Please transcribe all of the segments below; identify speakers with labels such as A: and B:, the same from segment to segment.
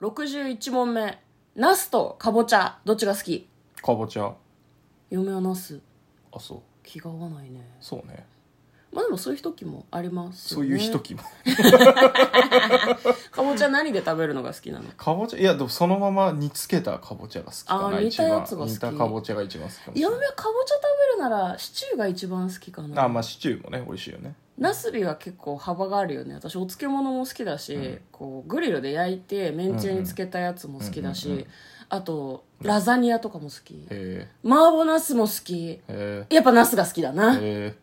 A: 61問目ナスとかぼちゃどっちが好き
B: かぼちゃ
A: 嫁はナス
B: あそう
A: 気が合わないね
B: そうね
A: まあでもそういう時もありますよ
B: そういう
A: ね
B: 一気も
A: かぼちゃ何で食べるのが好きなの
B: かぼちゃいやでもそのまま煮つけたかぼちゃが好きか
A: あ
B: な
A: ー
B: 一番
A: 煮たやつが好き
B: 煮たかぼちゃが一番好きかもしれ
A: 嫁
B: な
A: はいかぼちゃ食べるならシチューが一番好きか
B: あ
A: な
B: ーまあシチューもね美味しいよね
A: ナスビは結構幅があるよね私お漬物も好きだし、
B: うん
A: こうグリルで焼いてめんつゆにつけたやつも好きだし、
B: うんうんうん
A: あとラザニアとかも好き
B: へ
A: 麻婆ナスも好き
B: えへ
A: やっぱナスが好きだ
B: え
A: な、
B: へ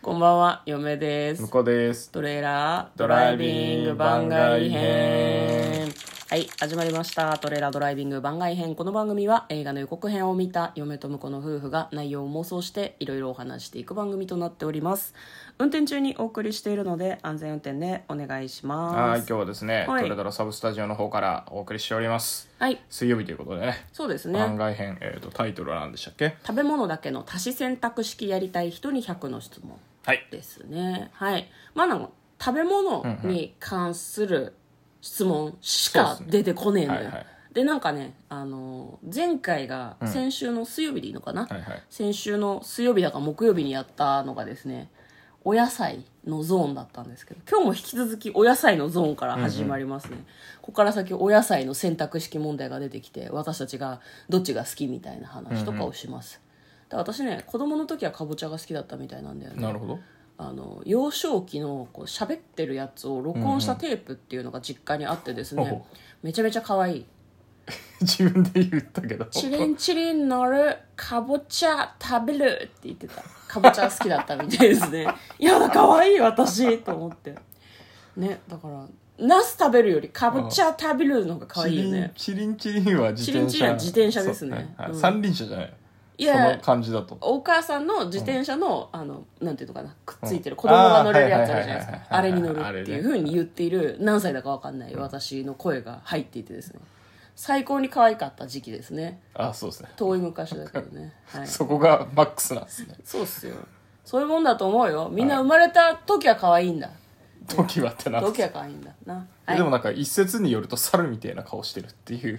A: こんばんは嫁で
B: え
A: す
B: 向こうです
A: トレーラード
B: ド
A: ラ
B: ラ
A: イ
B: イ
A: ビ
B: ビ
A: ン
B: ン
A: グ
B: グ
A: 番
B: 番
A: 外編
B: 外編
A: はい始まりましたトレーラードライビング番外編この番組は映画の予告編を見た嫁と婿の夫婦が内容を妄想していろいろお話していく番組となっております運転中にお送りしているので安全運転でお願いし
B: は
A: ま
B: い
A: す
B: 今日はですね、
A: はい
B: トレドラサブスタジオの方からお送りしております
A: はい
B: 水曜日ということでね
A: そうです
B: 番
A: ね
B: 外編、えー、とタイトルは何でしたっけ
A: 食べ物だけの足し選択式やりたい人に100の質問
B: はい
A: ですねはいまあなんか食べ物に関する質問しか
B: そうですね
A: 出てこねえのよ、
B: はいはい
A: でなんかねあのー前回が
B: ん
A: 先週の水曜日でいいのかな、
B: はいはい
A: 先週の水曜日だか木曜日にやったのがですねお野菜のゾーンだったんですけど今日も引き続きお野菜のゾーンから始まりますね、ここから先お野菜の選択式問題が出てきて私たちがどっちが好きみたいな話とかをします、で私ね子供の時はかぼちゃが好きだったみたいなんだよね
B: なるほど
A: あの幼少期のこう喋ってるやつを録音したテープっていうのが実家にあってですね、
B: うんうんほ
A: めちゃめちゃ可愛い
B: 自分で言ったけど
A: チリンチリン乗るかぼちゃ食べるって言ってたかぼちゃ好きだったみたいです ねやだ可愛い私と思ってねだからナス食べるよりかぼちゃ食べるのが可愛いよね
B: チリンチリンチリンは自
A: チリン
B: 転車
A: チリンは自転車ですね
B: そうはい
A: うん
B: 三輪車じゃない
A: いや
B: その感じだと
A: お母さんの自転車の、あのなんていうのかなくっついてる子供が乗れるやつあるじゃないですか
B: あー
A: あ
B: はい
A: れ
B: はい
A: に
B: はい
A: 乗
B: は
A: る
B: い
A: っていうふ
B: あ
A: うに言っている何歳だかわかんない私の声が入っていてですね最高に可愛かった時期ですね
B: あそうですね、
A: 遠い昔だけどね、はい、
B: そこがマックスなんですね
A: そうっすよそういうもんだと思うよみんな生まれた時は可愛いんだ
B: 時はってなって
A: 時は可愛いんだな、はい、
B: でもなんか一説によると猿みたいな顔してるっていう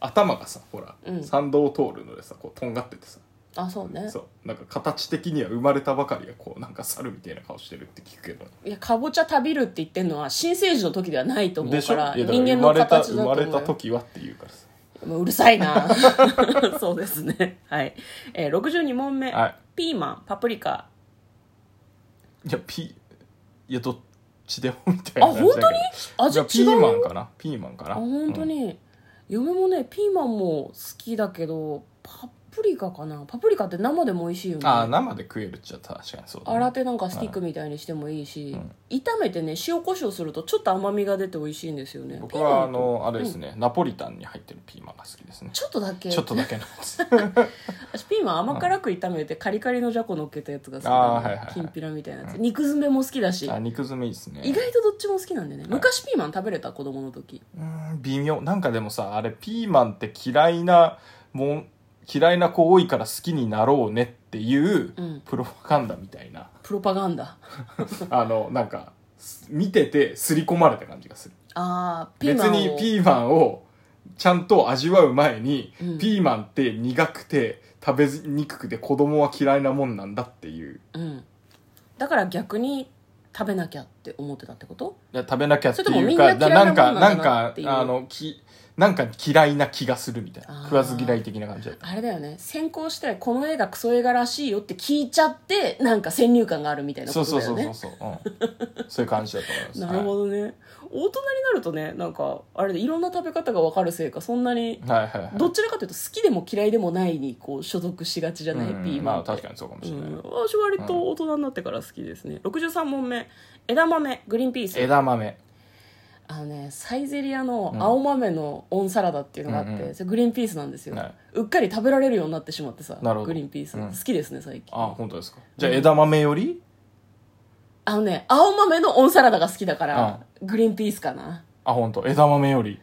B: 頭がさほら、参道を通るのでさこうとんがっててさ
A: あそうね
B: そうなんか形的には生まれたばかりがこうなんか猿みたいな顔してるって聞くけど
A: いやかぼちゃ食べるって言ってるのは新生児の時ではないと思う
B: でし
A: か
B: ょ
A: ら
B: いやだから
A: 人間
B: 生
A: の
B: まれた
A: 形だ
B: 生
A: と思
B: ま
A: う
B: れた
A: よ
B: 時はっていうからさ
A: もううるさいな そうですねはい、えー、62問目、
B: はい
A: ピーマンパプリカ
B: いやピいやどっちでもみたい
A: あ
B: な感じだけど
A: 本当に味
B: じ
A: 違
B: ゃ
A: う
B: あピーマンかなピーマンかな
A: あ本当
B: うん
A: に、嫁もねピーマンも好きだけどパプリカかなパプリカって生でも美味しいよね
B: あ生で食えるっちゃ確かにそうだね
A: 洗ってなんかスティックみたいにしてもいいし、
B: うん
A: 炒めてね塩コショウするとちょっと甘みが出て美味しいんですよね
B: 僕はあ
A: ピーマンと
B: のあれですね、ナポリタンに入ってるピーマンが好きですね
A: ちょっとだけ
B: ちょっとだけなんです
A: 私ピーマン甘辛く炒めてカリカリのじゃこ乗っけたやつが好き
B: あー
A: な
B: は
A: の
B: いはいはい
A: きんぴらみたいなやつ、肉詰めも好きだし
B: あ肉詰めいいですね
A: 意外とどっちも好きなんでね昔ピーマン食べれた子供の時
B: うーん微妙なんかでもさあれピーマンって嫌いなもん嫌いな子多いから好きになろうねっていう
A: うん
B: プロパガンダみたいな、
A: プロパガンダ
B: あのなんかす見てて刷り込まれた感じがする
A: あーピー
B: 別
A: マンを
B: にピーマンをちゃんと味わう前に、
A: うん
B: ピーマンって苦くて食べにくくて子供は嫌いなもんなんだっていう
A: うん、だから逆に食べなきゃって思ってたってこと
B: いや食べなきゃっ
A: そ
B: て
A: れとも
B: い
A: み
B: うん
A: な嫌
B: か
A: いな
B: なん
A: も
B: か
A: んな
B: なんん
A: だなっ
B: か
A: ていう
B: あのきなんか嫌いな気がするみたい
A: あー
B: な食わず嫌い的な感じだった
A: あれだよね先行してこの映画クソ映画らしいよって聞いちゃってなんか先入観があるみたいなこ
B: そう
A: とだよ
B: そ
A: ね
B: うそうそうそう、うん、そういう感じだと思います
A: なるほどね、大人になるとねなんかあれでいろんな食べ方が分かるせいかそんなに
B: はい、はいはいはい
A: どちらかというと好きでも嫌いでもないにこう所属しがちじゃない、
B: うん
A: ピー
B: ま
A: マン
B: あ
A: って、
B: 確かにそうかもしれない、
A: うん、私割と大人になってから好きですね、63問目枝豆グリーンピース
B: 枝豆
A: あのねサイゼリアの青豆のオンサラダっていうのがあって、
B: うんうん
A: それグリーンピースなんですよ、
B: はいう
A: っかり食べられるようになってしまってさ
B: なるほど
A: グリーンピース、
B: うん
A: 好きですね最近
B: あ本当ですかじゃあ枝豆より
A: あのね青豆のオンサラダが好きだから、グリーンピースかな
B: あ本当枝豆より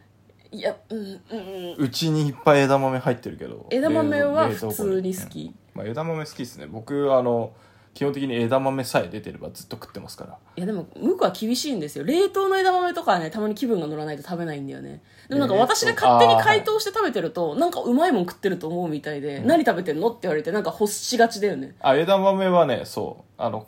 A: いやうんうん
B: うちにいっぱい枝豆入ってるけど
A: 枝豆は
B: 冷
A: 普
B: 蔵庫
A: 通に好、き、
B: うんまあ、枝豆好きですね僕あの基本的に枝豆さえ出てればずっと食ってますから
A: いやでもムクは厳しいんですよ冷凍の枝豆とかはねたまに気分が乗らないと食べないんだよねでもなんか
B: えーっと
A: 私が勝手
B: あ
A: に
B: ー
A: 解凍して食べてるとなんかうまいもん食ってると思うみたいで、何食べてんのって言われてなんか欲しがちだよね
B: あ枝豆はねそうあの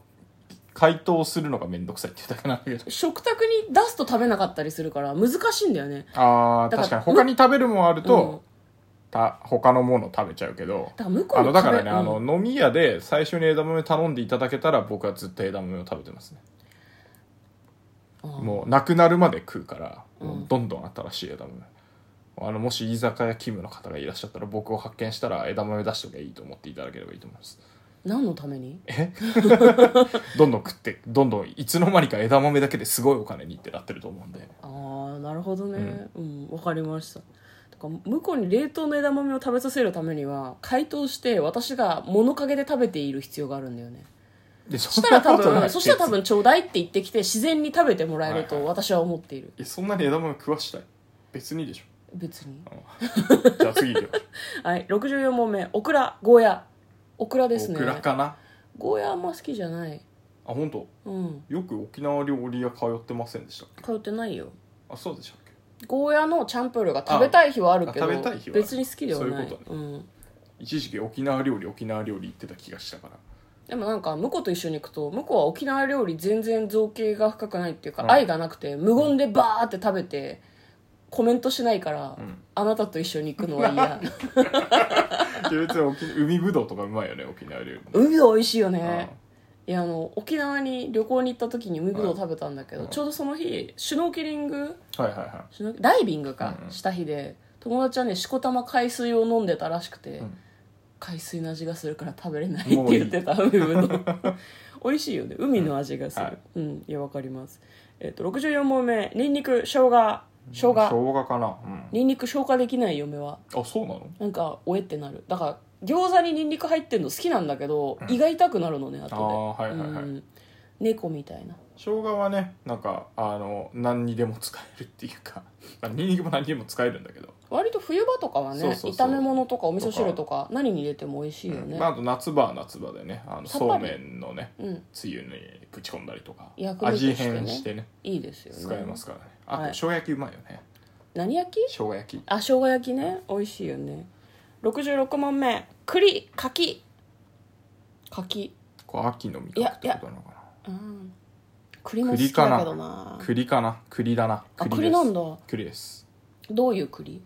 B: 解凍するのがめんどくさいっていうだけなんだけど
A: 食卓に出すと食べなかったりするから難しいんだよね
B: ああ
A: だから
B: 確かに他に食べるもんあると、
A: うん
B: た他のもの食べちゃうけど
A: だから向こう
B: あ
A: も
B: のだから
A: 食
B: ね、
A: べ
B: あの飲み屋で最初に枝豆頼んでいただけたら僕はずっと枝豆を食べてますね
A: あー
B: もうなくなるまで食うから、
A: うん
B: もうどんどん新しい枝豆あのもし居酒屋勤務の方がいらっしゃったら僕を発見したら枝豆出しておけばいいと思っていただければいいと思います
A: 何のために
B: どんどん食ってどんどんいつの間にか枝豆だけですごいお金にってなってると思うんで
A: ああなるほどねうん、わかりましただから向こうに冷凍の枝豆を食べさせるためには解凍して私が物陰で食べている必要があるんだよね
B: で
A: そし
B: そ
A: たら多
B: んなことな
A: 分
B: い
A: そしたら多分ちょうだいって言ってきて自然に食べてもらえると私は思っている、
B: えそんなに枝豆食わしたい別にでしょ
A: 別に
B: じゃあ次行くよ
A: はい64問目オクラゴーヤオクラ ですね
B: オクラかな
A: ゴーヤあんま好きじゃない
B: あ本当
A: うん
B: よく沖縄料理屋通ってませんでしたっけ
A: 通ってないよ
B: あそうでしたっけ
A: ゴーヤのチャンプルーが食べたい日はあるけど
B: あ食べたい日はある
A: 別に好きではない
B: そういうこ
A: うん、
B: 一時期沖縄料理沖縄料理言ってた気がしたから
A: でもなんか向こうと一緒に行くと向こうは沖縄料理全然造形が深くないっていうか、
B: うん
A: 愛がなくて無言でバーって食べてコメントしないから、
B: うん
A: あなたと一緒に行くのは 嫌
B: いや別に沖海ぶどうとかうまいよね沖縄料理ね
A: 海の美味しいよ
B: うん
A: ね、いやあの沖縄に旅行に行った時に海ぶどう食べたんだけど、
B: うん
A: ちょうどその日シュノーケリング
B: はいはいは
A: シュノーケダイビングか、
B: うんうん
A: した日で友達はねしこたま海水を飲んでたらしくて、
B: うん
A: 海水の味がするから食べれないって
B: もういい
A: 言ってた海ぶど う美味しいよね海の味がする、
B: うんはい
A: うんいやわかりますえっ、と64問目にんにく生姜生
B: い生
A: 姜
B: 姜かなうん
A: にんにく消化できない嫁は
B: あそうなの
A: なんかおえってなるだから餃子にニンニク入ってんの好きなんだけど、胃が痛くなるのね後で
B: あーはいはいはい
A: うん猫みたいな
B: 生姜はねなんかあの何にでも使えるっていうか まあニンニクも何にでも使えるんだけど、
A: 割と冬場とかはね
B: そうそうそう
A: 炒め物とかお味噌汁とか何に入れても美味しいよね、
B: まあ、あと夏場は夏場でねあの
A: さっ
B: そ
A: ぱ
B: う
A: り
B: めんのね
A: うん
B: つゆにぶち込んだりとか
A: 薬味として
B: 味
A: ね
B: 変してね
A: いいですよね
B: 使えますからねあと
A: はい
B: 生姜焼きうまいよね、
A: 何焼き
B: 生姜焼き
A: あ生姜焼きね美味しいよね66問目栗柿柿
B: こう秋の味覚ってことなのか
A: うん栗も好
B: 栗
A: き
B: か
A: だ
B: な
A: けどな
B: な栗かな栗だな
A: あ
B: 栗です
A: 栗なんだ
B: 栗です
A: どういう栗
B: い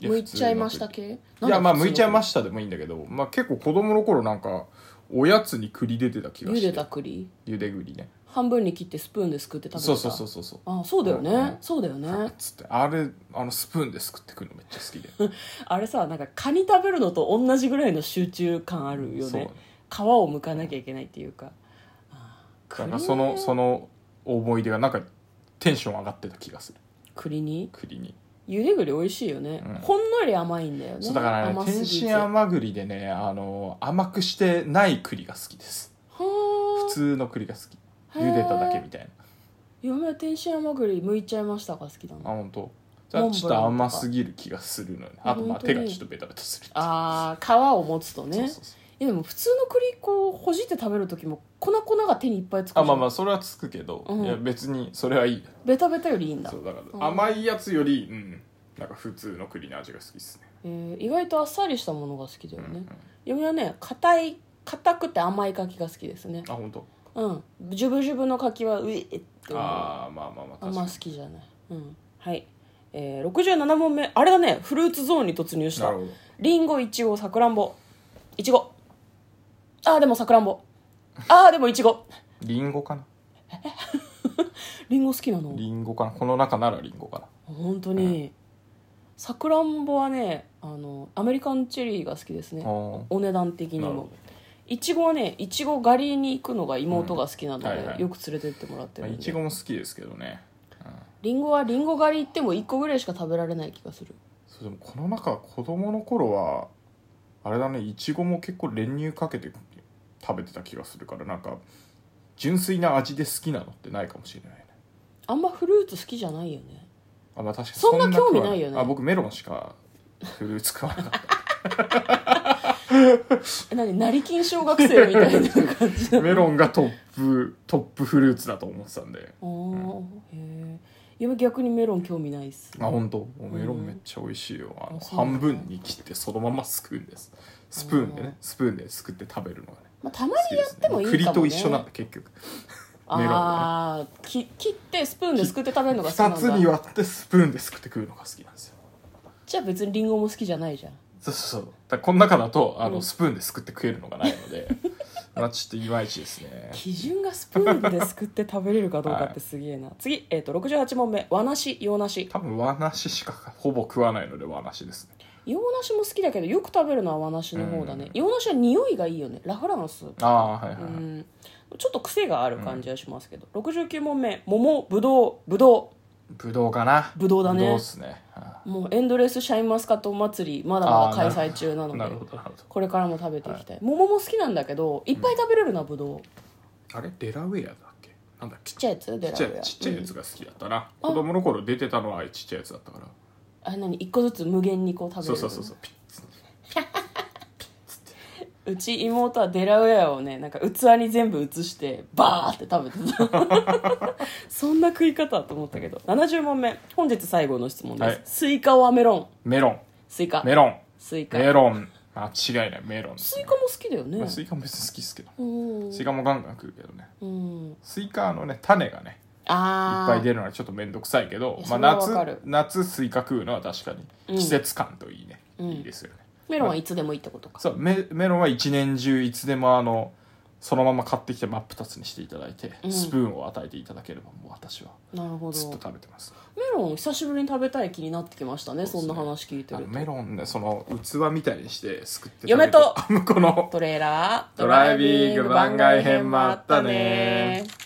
B: や
A: 剥いちゃいました系
B: いやまあ剥いちゃいま
A: し
B: したでもいいんだけど、まあ、結構子供の頃なんかおやつに栗出てた気が
A: 茹
B: して
A: でた栗
B: ゆで栗ね
A: 半分に切ってスプーンですくって食べてた
B: そうそうそうそうそう
A: あそうだよね、
B: うん
A: そうだよね
B: つってあれあのスプーンですくってくるのめっちゃ好きで
A: あれさなんかカニ食べるのと同じぐらいの集中感 あるよ
B: そう
A: ね皮を剥かなきゃいけないっていうかあー
B: だ
A: 栗
B: か
A: ね
B: らそのその思い出がなんかテンション上がってた気がする
A: 栗に
B: 栗に、
A: ゆで栗美味しいよね、
B: うん
A: ほんのり甘いんだよね
B: そうだからね
A: 甘すぎ
B: 天
A: ず
B: 津甘栗でねあの甘くしてない栗が好きです
A: は
B: 普通の栗が好き
A: あ
B: 茹でただけみたいな
A: 嫁は天津甘栗むいちゃいましたが好きだ
B: あ
A: な
B: 本当じゃあちょっと甘すぎる気がするのよねあとま
A: 本
B: あ
A: 当
B: 手
A: に
B: がちょっとベタベタするっていう
A: あー皮を持つとね
B: そうそうそう
A: いやでも普通の栗こうほじって食べる時も粉粉が手にいっぱいつくじゃ
B: あ
A: ん
B: まあまあそれはつくけど、
A: うん
B: いや別にそれはいい
A: ベタベタよりいいんだ
B: そうだか
A: うん
B: ら甘いやつよりうんなんか普通の栗の味が好きですね
A: えー意外とあっさりしたものが好きだよね、
B: うんうん
A: 嫁はね硬い硬くて甘い柿が好きですね
B: あ本当。
A: うんジュブジュブの柿はうえって思うあ
B: ああまあまあまあ
A: ん
B: 確か
A: ま
B: に
A: 好きじゃないうんはい、えー、67問目あれだねフルーツゾーンに突入し
B: な
A: た
B: るほど
A: リンゴいちごさくらんぼいちごあーでもさくらんぼあーでもいちご
B: リンゴかな
A: リンゴ好きなの
B: リンゴかなこの中ならリンゴかな
A: 本当にさくらんぼはねあのアメリカンチェリーが好きですね
B: あー
A: お値段的に
B: なるほ
A: も
B: ど
A: いちごはねいちご狩りに行くのが妹が好きなので、
B: うんはいはい
A: よく連れてってもらって
B: まあ
A: るん
B: い
A: で
B: ちごも好きですけどね、うん、
A: りんごはりんご狩り行っても1個ぐらいしか食べられない気がする
B: そうでもこの中子供の頃はあれだねいちごも結構練乳かけて食べてた気がするからなんか純粋な味で好きなのってないかもしれないね
A: あんまフルーツ好きじゃないよね
B: あまあ確かに
A: そんな
B: 食わ
A: 興味ないよね
B: あ僕メロンしかフルーツ食わなかった
A: え何成金小学生みたい な感じなの
B: メロンがトップトップフルーツだと思ってたんで
A: おーへえいや逆にメロン興味ないっす
B: あ本当メロンめっちゃ美味しいよあの
A: あそうなんだ
B: 半分に切ってそのまますくうんですスプーンで
A: あー
B: ねスプーンですくって食べるのがね
A: まあ、たま
B: 好き
A: に
B: で
A: や
B: す
A: っ
B: ね
A: てもいいかも、ね、
B: 栗と一緒なんだ結局メロンは
A: ああき切ってスプーンですくって食べるのが好きなん
B: 2
A: だ
B: つに割ってスプーンですくって食うのが好きなんですよ
A: じゃあ別にリンゴも好きじゃないじゃん
B: そうそうそうだからこの中だとあの、
A: うん
B: スプーンですくって食えるのがない のでまあちょっといまいちですね
A: 基準がスプーンですくって食べれるかどうかってすげえな、次、えー、と68問目和梨洋梨
B: 多分和梨しかほぼ食わないので和梨ですね
A: 洋梨も好きだけどよく食べるのは和梨の方だね、
B: うん
A: 洋梨は匂いがいいよねラフランス
B: ああはいはい、
A: う
B: はい
A: んちょっと癖がある感じはしますけど、69問目桃ぶどうぶど
B: ぶどうかな
A: ぶどうだね
B: ぶどうっすねは
A: うもうエンドレスシャインマスカット祭りまだまだ開催中なの
B: い
A: で
B: なるほどなるほど
A: これからも食べていきたい、桃も好きなんだけどいっぱい食べれるなぶどう
B: あれデラウェアだっけなんだっけ
A: ちっちゃいやつ
B: ち
A: デ
B: っ
A: ラ
B: ちゃ
A: ウェ
B: い
A: ア
B: ちっちゃいやつが好きだったな、
A: うん
B: 子供の頃出てたのはああいうちっちゃいやつだったから
A: あれ何一個ずつ無限にこう食べ
B: そう
A: る
B: そうそうそうピッツン
A: うち妹はデラウェアをねなんか器に全部移してバーって食べてた そんな食い方と思ったけど70問目本日最後の質問です、
B: はい
A: スイカはメロン
B: メロン
A: スイカ
B: メロン
A: スイカ
B: メロン間違いないメロンです
A: ス
B: ね
A: イカも好きだよね
B: まあスイカも別に好きですけど
A: うん
B: スイカもガンガン食うけどね
A: うん
B: スイカのね種がねいっ
A: ああ
B: ぱい出るのはちょっと面倒くさいけど
A: いや
B: まあ、
A: それはわかる
B: 夏
A: い
B: 夏スイカ食うのは確か
A: うん
B: に季節感といいね、
A: うん
B: いいですよね
A: メロンはいつでもいいってことか
B: そうメメロンは一年中いつでもあのそのまま買ってきて真っ二つにしていただいて、
A: うん
B: スプーンを与えていただければもう私は
A: なるほ
B: ずっと
A: ど
B: 食べてます
A: メロン久しぶりに食べたい気になってきましたねそ
B: そうです
A: んな
B: ね
A: 話聞いて
B: あ
A: る
B: の
A: と
B: メロンねその器みたいにしてすくって
A: 嫁と
B: 食べるあ向こうの
A: トレーラード
B: ドライビング番外編もあったね
A: ー